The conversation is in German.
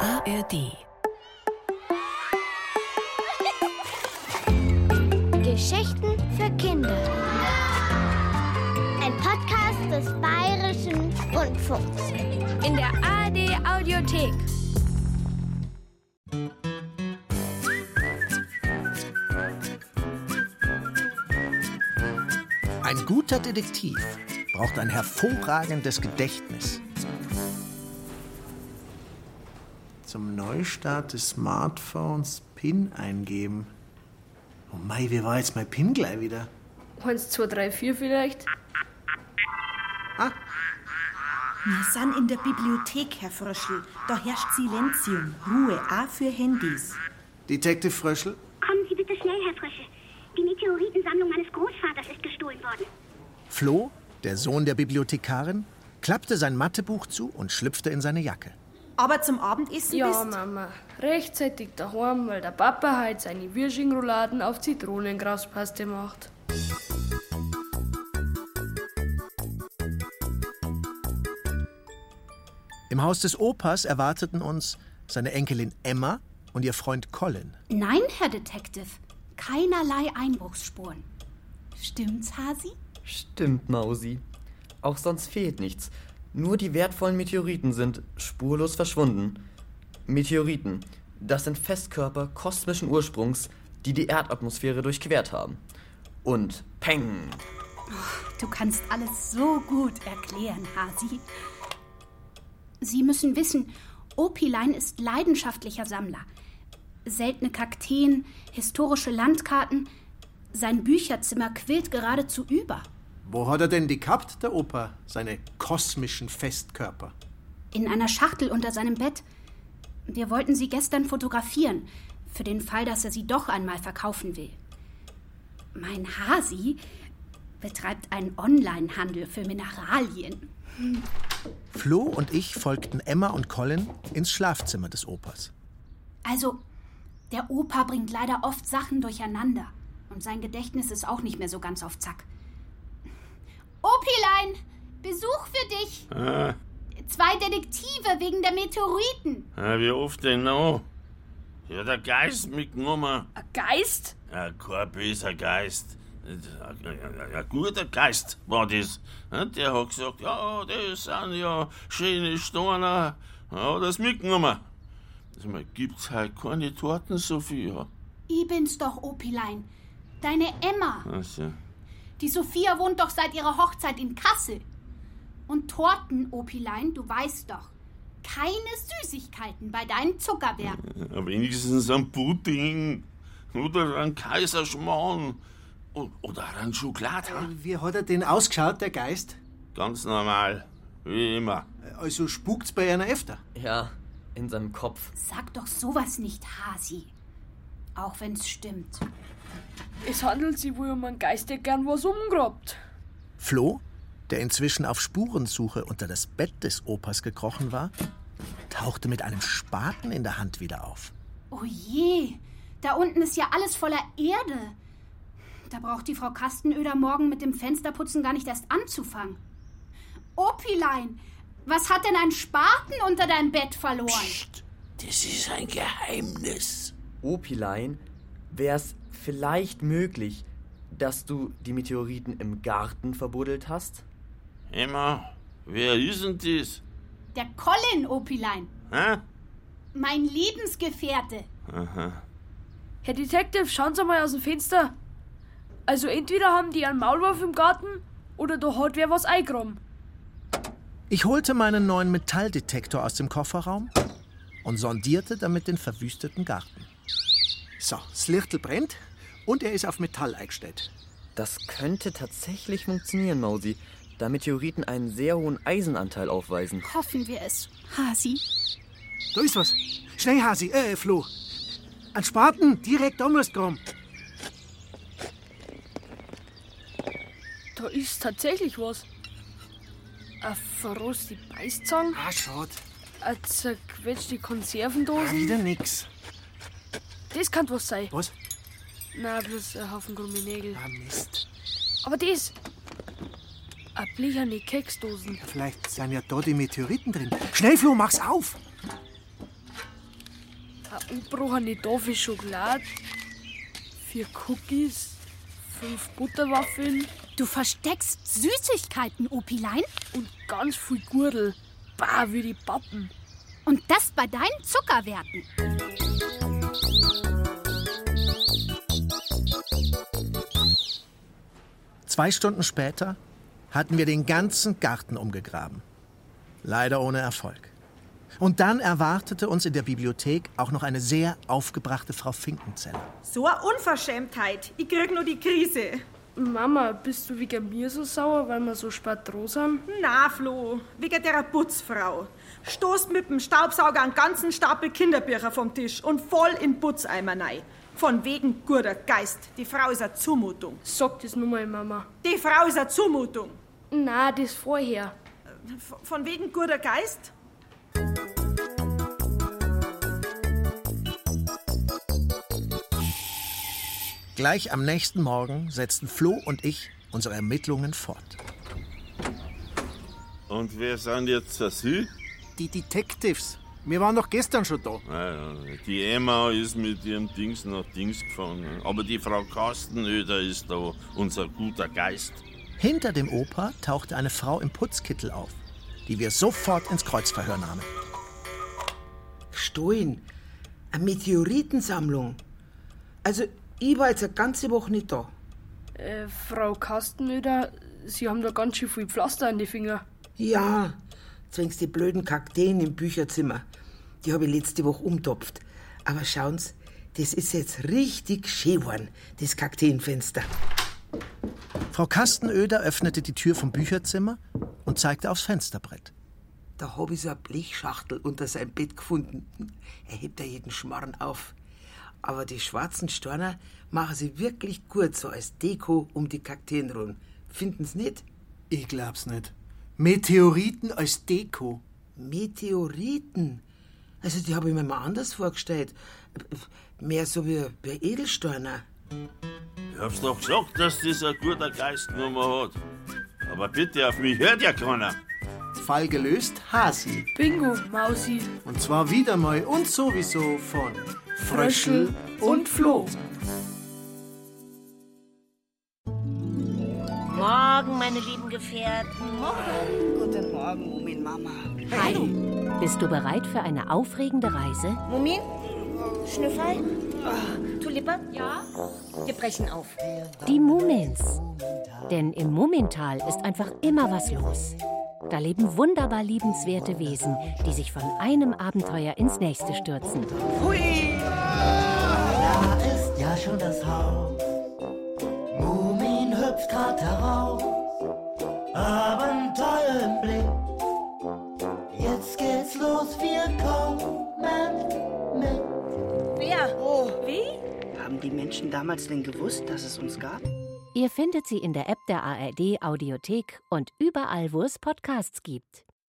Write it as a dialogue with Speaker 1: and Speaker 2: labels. Speaker 1: ARD.
Speaker 2: Geschichten für Kinder. Ein Podcast des Bayerischen Rundfunks.
Speaker 3: In der ARD Audiothek.
Speaker 4: Ein guter Detektiv braucht ein hervorragendes Gedächtnis. Zum Neustart des Smartphones PIN eingeben. Oh mei, wie war jetzt mein PIN gleich wieder?
Speaker 5: 1, 2, 3, 4 vielleicht.
Speaker 6: Wir sind in der Bibliothek, Herr Fröschel. Da herrscht Silenzium. Ruhe, auch für Handys.
Speaker 4: Detective Fröschel,
Speaker 7: Kommen Sie bitte schnell, Herr Frösche. Die Meteoritensammlung meines Großvaters ist gestohlen worden.
Speaker 4: Flo, der Sohn der Bibliothekarin, klappte sein Mathebuch zu und schlüpfte in seine Jacke.
Speaker 6: Aber zum Abendessen
Speaker 5: Ja,
Speaker 6: bist
Speaker 5: Mama. Rechtzeitig daheim, weil der Papa halt seine Virschingrouladen auf Zitronengraspaste macht.
Speaker 4: Im Haus des Opas erwarteten uns seine Enkelin Emma und ihr Freund Colin.
Speaker 8: Nein, Herr Detective. Keinerlei Einbruchsspuren. Stimmt's, Hasi?
Speaker 9: Stimmt, Mausi. Auch sonst fehlt nichts. Nur die wertvollen Meteoriten sind spurlos verschwunden. Meteoriten, das sind Festkörper kosmischen Ursprungs, die die Erdatmosphäre durchquert haben. Und Peng!
Speaker 8: Du kannst alles so gut erklären, Hasi. Sie müssen wissen, Opilein ist leidenschaftlicher Sammler. Seltene Kakteen, historische Landkarten. Sein Bücherzimmer quillt geradezu über.
Speaker 4: Wo hat er denn die gehabt, der Opa? Seine kosmischen Festkörper.
Speaker 8: In einer Schachtel unter seinem Bett. Wir wollten sie gestern fotografieren, für den Fall, dass er sie doch einmal verkaufen will. Mein Hasi betreibt einen Online-Handel für Mineralien.
Speaker 4: Flo und ich folgten Emma und Colin ins Schlafzimmer des Opas.
Speaker 8: Also, der Opa bringt leider oft Sachen durcheinander. Und sein Gedächtnis ist auch nicht mehr so ganz auf Zack.
Speaker 2: Opilein, Besuch für dich. Zwei Detektive wegen der Meteoriten.
Speaker 10: Ah, wie oft denn noch? Ja, der Geist mitgenommen.
Speaker 5: Ein Geist?
Speaker 10: Ja, kein böser Geist. Ein- Ein ein- ein guter Geist war das. Ja, Der hat gesagt, ja, das sind ja schöne Steine. Ja, das mitgenommen. Also, man gibt's halt keine Torten, Sophia.
Speaker 8: Ich bin's doch, Opilein. Deine Emma.
Speaker 10: Also,
Speaker 8: Die Sophia wohnt doch seit ihrer Hochzeit in Kassel. Und Torten, Opilein, du weißt doch. Keine Süßigkeiten bei deinem Zuckerwerk.
Speaker 10: ja, wenigstens ein Pudding. Oder ein Kaiserschmarrn. O- Oder ein Schokolade.
Speaker 4: Wie hat er denn ausgeschaut, der Geist?
Speaker 10: Ganz normal. Wie immer.
Speaker 4: Also spukt's bei einer öfter.
Speaker 9: Ja, in seinem Kopf.
Speaker 8: Sag doch sowas nicht, Hasi. Auch wenn's stimmt.
Speaker 5: Es handelt sich wohl um einen Geist, der gern was umgrabt.
Speaker 4: Flo, der inzwischen auf Spurensuche unter das Bett des Opas gekrochen war, tauchte mit einem Spaten in der Hand wieder auf.
Speaker 8: Oh je, da unten ist ja alles voller Erde. Da braucht die Frau Kastenöder morgen mit dem Fensterputzen gar nicht erst anzufangen. Opilein, was hat denn ein Spaten unter deinem Bett verloren?
Speaker 10: Das ist ein Geheimnis.
Speaker 9: Opilein, wär's vielleicht möglich, dass du die Meteoriten im Garten verbuddelt hast?
Speaker 10: Emma, wer ist denn das?
Speaker 8: Der Colin, Opilein,
Speaker 10: Hä?
Speaker 8: mein Lebensgefährte.
Speaker 10: Aha.
Speaker 5: Herr Detective, schauen Sie mal aus dem Fenster. Also entweder haben die einen Maulwurf im Garten oder da hat wer was eingraben.
Speaker 4: Ich holte meinen neuen Metalldetektor aus dem Kofferraum und sondierte damit den verwüsteten Garten. So, das Lichtel brennt und er ist auf Metall eingestellt.
Speaker 9: Das könnte tatsächlich funktionieren, Mausi, da Meteoriten einen sehr hohen Eisenanteil aufweisen.
Speaker 8: Hoffen wir es, Hasi.
Speaker 4: Da ist was. Schnell, Hasi, äh, Flo. An Spaten, direkt da musst kommen.
Speaker 5: Da ist tatsächlich was. Eine verroste Beißzange,
Speaker 4: Ah, schade.
Speaker 5: eine zerquetschte Konservendose.
Speaker 4: Wieder nix.
Speaker 5: Das kann was sein.
Speaker 4: Was?
Speaker 5: Na, bloß ein Haufen krumme Nägel.
Speaker 4: Ah, Mist.
Speaker 5: Aber das. Eine blecherne Keksdosen.
Speaker 4: Vielleicht sind ja da die Meteoriten drin. Schnell, Flo, mach's auf!
Speaker 5: Ich brauche eine Tafel Schokolade, vier Cookies, fünf Butterwaffeln
Speaker 2: Du versteckst Süßigkeiten, Opilein?
Speaker 5: und ganz viel Gurtel. Bah, wie die Pappen.
Speaker 2: Und das bei deinen Zuckerwerten.
Speaker 4: Zwei Stunden später hatten wir den ganzen Garten umgegraben. Leider ohne Erfolg. Und dann erwartete uns in der Bibliothek auch noch eine sehr aufgebrachte Frau Finkenzeller.
Speaker 6: So eine Unverschämtheit. Ich krieg nur die Krise.
Speaker 5: Mama, bist du wegen mir so sauer, weil wir so spät dran sind?
Speaker 6: Na, Flo, wegen der Putzfrau. Stoßt mit dem Staubsauger einen ganzen Stapel Kinderbücher vom Tisch und voll in Putzeimer rein. Von wegen guter Geist. Die Frau ist eine Zumutung.
Speaker 5: Sag das nur mal, Mama.
Speaker 6: Die Frau ist eine Zumutung.
Speaker 5: Na, das vorher.
Speaker 6: V- Von wegen guter Geist?
Speaker 4: Gleich am nächsten Morgen setzten Flo und ich unsere Ermittlungen fort.
Speaker 10: Und wer sind jetzt das Sie?
Speaker 4: Die Detectives. Wir waren doch gestern schon da.
Speaker 10: Ah, ja, Die Emma ist mit ihrem Dings nach Dings gefahren. Aber die Frau Kastenöder ist da unser guter Geist.
Speaker 4: Hinter dem Opa tauchte eine Frau im Putzkittel auf, die wir sofort ins Kreuzverhör nahmen.
Speaker 1: Gestohlen. Eine Meteoritensammlung. Also, ich war jetzt eine ganze Woche nicht da.
Speaker 5: Äh, Frau Kastenöder, Sie haben da ganz schön viel Pflaster an die Finger.
Speaker 1: Ja, zwängst die blöden Kakteen im Bücherzimmer. Die habe ich letzte Woche umtopft. Aber schauen Sie, das ist jetzt richtig schön geworden, das Kakteenfenster.
Speaker 4: Frau Kastenöder öffnete die Tür vom Bücherzimmer und zeigte aufs Fensterbrett.
Speaker 1: Da habe ich so eine Blechschachtel unter seinem Bett gefunden. Er hebt ja jeden Schmarrn auf. Aber die schwarzen Storner machen sie wirklich gut so als Deko um die Kakteen rum. Finden's nicht?
Speaker 4: Ich glaub's nicht. Meteoriten als Deko.
Speaker 1: Meteoriten. Also die habe ich mir mal anders vorgestellt. Mehr so wie, wie Edelsteiner.
Speaker 10: Ich hab's doch gesagt, dass das ein guter Geist Nummer hat. Aber bitte, auf mich hört ja keiner.
Speaker 4: Fall gelöst, Hasi.
Speaker 5: Bingo, Mausi.
Speaker 4: Und zwar wieder mal und sowieso von
Speaker 5: Fröschel und Floh.
Speaker 11: Morgen, meine lieben Gefährten. Morgen.
Speaker 1: Guten Morgen, Mumin Mama.
Speaker 12: Bist du bereit für eine aufregende Reise?
Speaker 11: Mumin? Schnüffel? Ah, Tulipa? Ja? Wir brechen auf.
Speaker 12: Die Mumins. Denn im Mumintal ist einfach immer was los. Da leben wunderbar liebenswerte Wesen, die sich von einem Abenteuer ins nächste stürzen.
Speaker 1: Hui!
Speaker 11: Da ist ja schon das Haus. Mumin hüpft grad heraus. Abenteuer im Blick. Jetzt geht's los, wir kommen mit. Wer? Oh. Wie?
Speaker 1: Haben die Menschen damals denn gewusst, dass es uns gab?
Speaker 12: Ihr findet sie in der App der ARD Audiothek und überall, wo es Podcasts gibt.